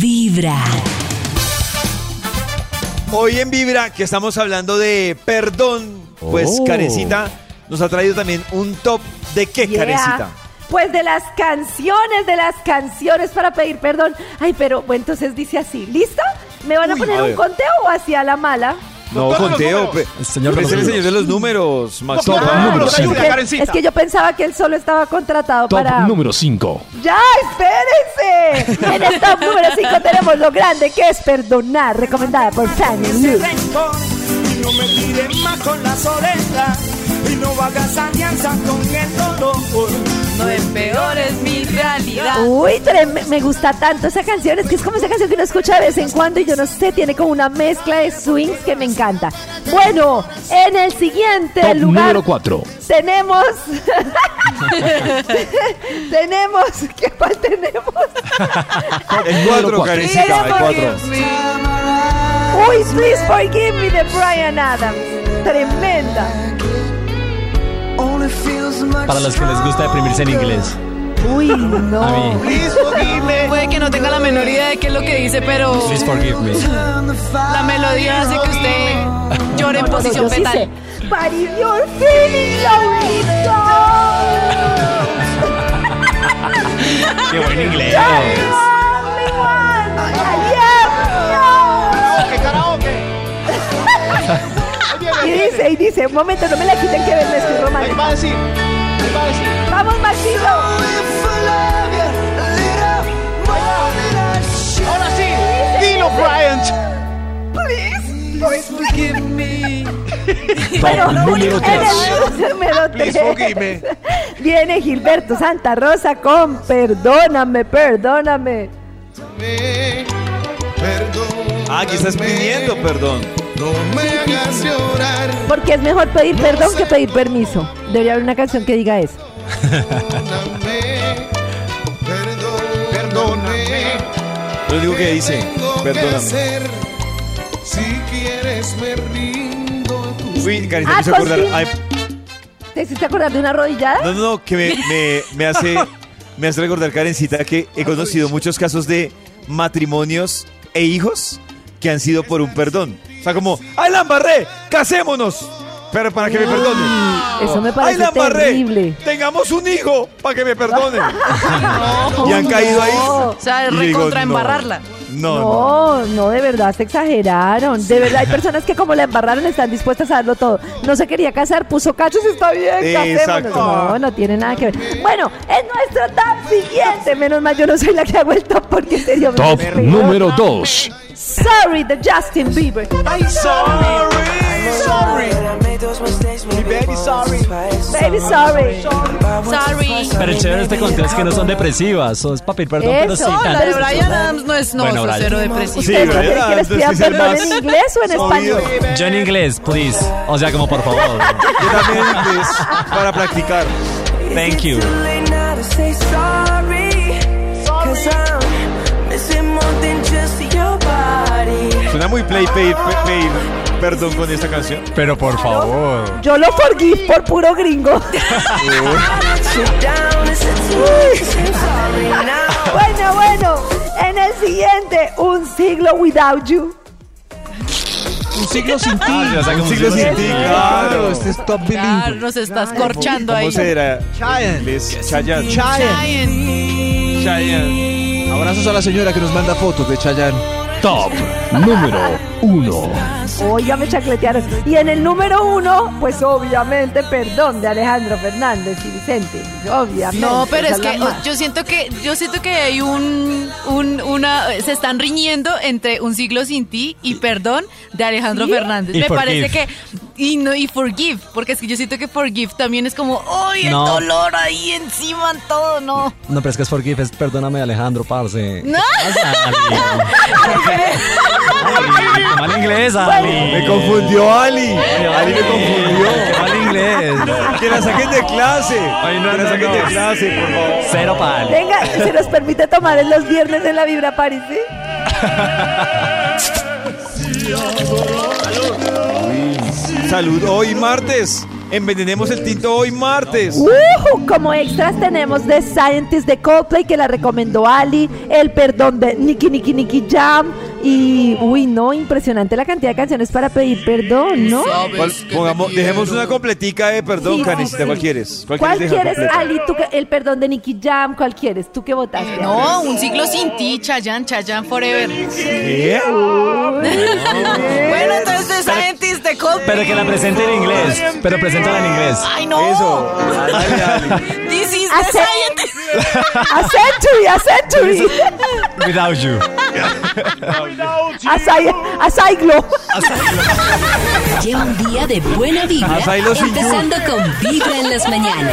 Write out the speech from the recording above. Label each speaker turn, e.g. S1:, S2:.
S1: Vibra.
S2: Hoy en Vibra, que estamos hablando de perdón, pues
S3: Oh.
S2: Carecita nos ha traído también un top de qué,
S4: Yeah.
S2: Carecita.
S4: Pues de las canciones, de las canciones para pedir perdón. Ay, pero bueno, entonces dice así, ¿listo? ¿Me van a
S2: Uy,
S4: poner
S2: a
S4: un
S2: ver.
S4: conteo o así a la mala?
S2: No,
S3: Doctor de los
S2: conteo.
S3: números.
S2: pe- pues,
S3: El señor de
S2: es
S3: los
S2: el
S3: números.
S2: señor de los números, Max.
S3: Doctor de los números,
S4: Ah, es,
S3: ayuda,
S4: que, es que yo pensaba que él solo estaba contratado
S3: Top
S4: para...
S3: número 5.
S4: ¡Ya, espérense! en el top número 5 tenemos lo grande que es perdonar, recomendada por Fanny
S5: ese
S4: Lu.
S5: rencor y no me tires más con la soledad y no hagas alianza con el dolor.
S6: No es peor, es mi realidad.
S4: Uy, trem- me gusta tanto esa canción. Es que es como esa canción que uno escucha de vez en cuando y yo no sé, tiene como una mezcla de swings que me encanta. Bueno, en el siguiente
S3: Top
S4: este lugar
S3: número 4.
S4: tenemos. tenemos. ¿Qué cuál tenemos?
S2: El 4,
S3: cuatro.
S2: Carecita, el 4.
S4: Uy, please forgive me de Brian Adams. Tremenda.
S7: Para los que les gusta deprimirse en inglés.
S4: Uy,
S7: A
S4: no.
S7: mí,
S6: Puede que no tenga la menor idea de qué es lo que dice, pero
S7: please forgive me.
S6: la melodía hace que usted llore en
S4: No, yo
S6: posición
S4: sí sé.
S6: fetal.
S4: But if you're feeling lonely, don't.
S7: Qué buen inglés.
S4: Y dice, y dice, un momento, no me la quiten que me estoy romántica. va a decir, Vamos, Maxito.
S5: Ahora sí, dilo Bryant.
S4: Pero
S3: Top número
S4: en
S3: 3.
S4: el número 3 viene Gilberto Santa Rosa con Perdóname, perdóname.
S2: Ah, aquí estás pidiendo perdón.
S4: Porque es mejor pedir perdón que pedir permiso. Debería haber una canción que diga eso.
S2: Lo único que dice, perdóname. Uy, Carecita,
S4: Ah,
S2: me hizo acordar.
S4: contigo.
S2: ay,
S4: ¿Te hiciste acordar de una rodillada?
S2: No, no, no, que me, me- me hace, me hace recordar, Karencita, que he conocido muchos casos de matrimonios e hijos que han sido por un perdón. O sea, como, ¡ay, la embarré! ¡Casémonos! Pero para que me perdone.
S4: Eso me
S2: ¡Ay,
S4: parece
S2: la embarré!
S4: terrible.
S2: ¡Tengamos un hijo para que me perdone! y han caído ahí.
S4: No.
S6: O sea,
S2: Y yo digo,
S6: recontra
S2: no,
S6: embarrarla.
S2: No, no.
S4: No, no, de verdad se exageraron. De verdad, hay personas que como la embarraron están dispuestas a darlo todo. No se quería casar, puso cachos, está bien, casémonos.
S2: Exacto.
S4: No, no tiene nada que ver. Bueno, es nuestro top siguiente. Menos mal, yo no soy la que hago el top porque serio. me
S3: Top
S4: desespero.
S3: número 2.
S4: Sorry de Justin Bieber.
S5: Sorry, mi baby sorry.
S4: Baby, sorry.
S6: Sorry.
S7: Pero el chévere de este conteo es que no son depresivas. Son es papel, perdón, pero
S4: Eso,
S7: sí
S4: la
S7: tan-
S6: La de Brian Adams no es no,
S7: Bueno,
S6: eso es
S7: Brian.
S6: cero depresivo.
S2: Sí,
S4: ¿Ustedes prefieren
S2: ¿verdad?
S4: que les pidan
S2: Entonces,
S4: perdón en
S2: más
S4: inglés o en español?
S2: Obvio.
S7: Yo en inglés, please. O sea, como por favor.
S2: Yo también en inglés para practicar.
S7: Thank you.
S2: Suena muy play pedir, pe- pedir perdón con esta canción.
S7: Pero por favor.
S4: Yo lo forgive por puro gringo. Bueno, bueno, en el siguiente, un siglo without you.
S7: Un siglo sin ti.
S2: Un siglo sin ti, claro.
S3: Este es top
S6: Claro, nos estás corchando
S2: ¿Cómo
S6: ahí.
S2: será? en inglés? Chayanne.
S6: Brian.
S2: Chayanne.
S3: Abrazos a la señora que nos manda fotos de Chayanne. Top número 1.
S4: Oiga, me chacletearon. Y en el número uno, pues obviamente, perdón de Alejandro Fernández y Vicente. Obviamente.
S6: No, pero
S4: esa
S6: es que
S4: la más.
S6: o- yo siento que yo siento que hay un, un una se están riñendo entre Un siglo sin ti y Perdón de Alejandro Fernández.
S7: Y
S6: Me
S7: Forgive.
S6: parece que y no y Forgive, porque es que yo siento que Forgive también es como, ¡ay, el
S7: No.
S6: dolor ahí encima en todo, no!
S7: No, pero es que es forgive, es perdóname, Alejandro, parce.
S6: No.
S7: ¿Qué pasa, Ali? Ali, qué mal inglés, Ali.
S2: Me confundió Ali. Ali me confundió.
S7: Qué mal inglés.
S2: Que la saquen de clase.
S7: Ay, no,
S2: que la
S7: no,
S2: saquen
S7: no.
S2: de clase, por favor.
S7: Cero pal.
S4: Venga, se nos permite tomar en los viernes en la Vibra Paris, ¿sí?
S2: Salud hoy martes. Envenenemos el tinto hoy martes.
S4: ¡Ujú! Como extras tenemos The Scientist de Coldplay que la recomendó Ali, El Perdón de Nicky Nicky Nicky Jam y uy no, impresionante la cantidad de canciones para pedir perdón, ¿no?
S2: ¿Cuál- pongamos- dejemos una completica de perdón,
S4: Sí,
S2: Karencita.
S4: sí,
S2: ¿Cuál
S4: sí.
S2: quieres?
S4: ¿Cuál,
S2: dejar
S4: quieres,
S2: completa?
S4: Ali? Tú que- el perdón de Nicky Jam, ¿cuál quieres? ¿Tú qué votaste?
S6: No, un ciclo sin ti, Chayanne, Chayanne Forever.
S2: ¿Qué?
S6: Bueno, entonces de Scientist de Coldplay.
S7: Pero que la presente en inglés. Pero preséntala en inglés.
S6: Ay, no.
S2: Eso. Dale, Ali.
S6: This is the
S4: Ace-
S6: Scientist.
S4: A Century, a Century,
S7: Without you.
S4: a, Cy- a Cyclo.
S1: Lleva un día de buena vibra,
S2: Asailo sin
S1: empezando con Vibra en las mañanas.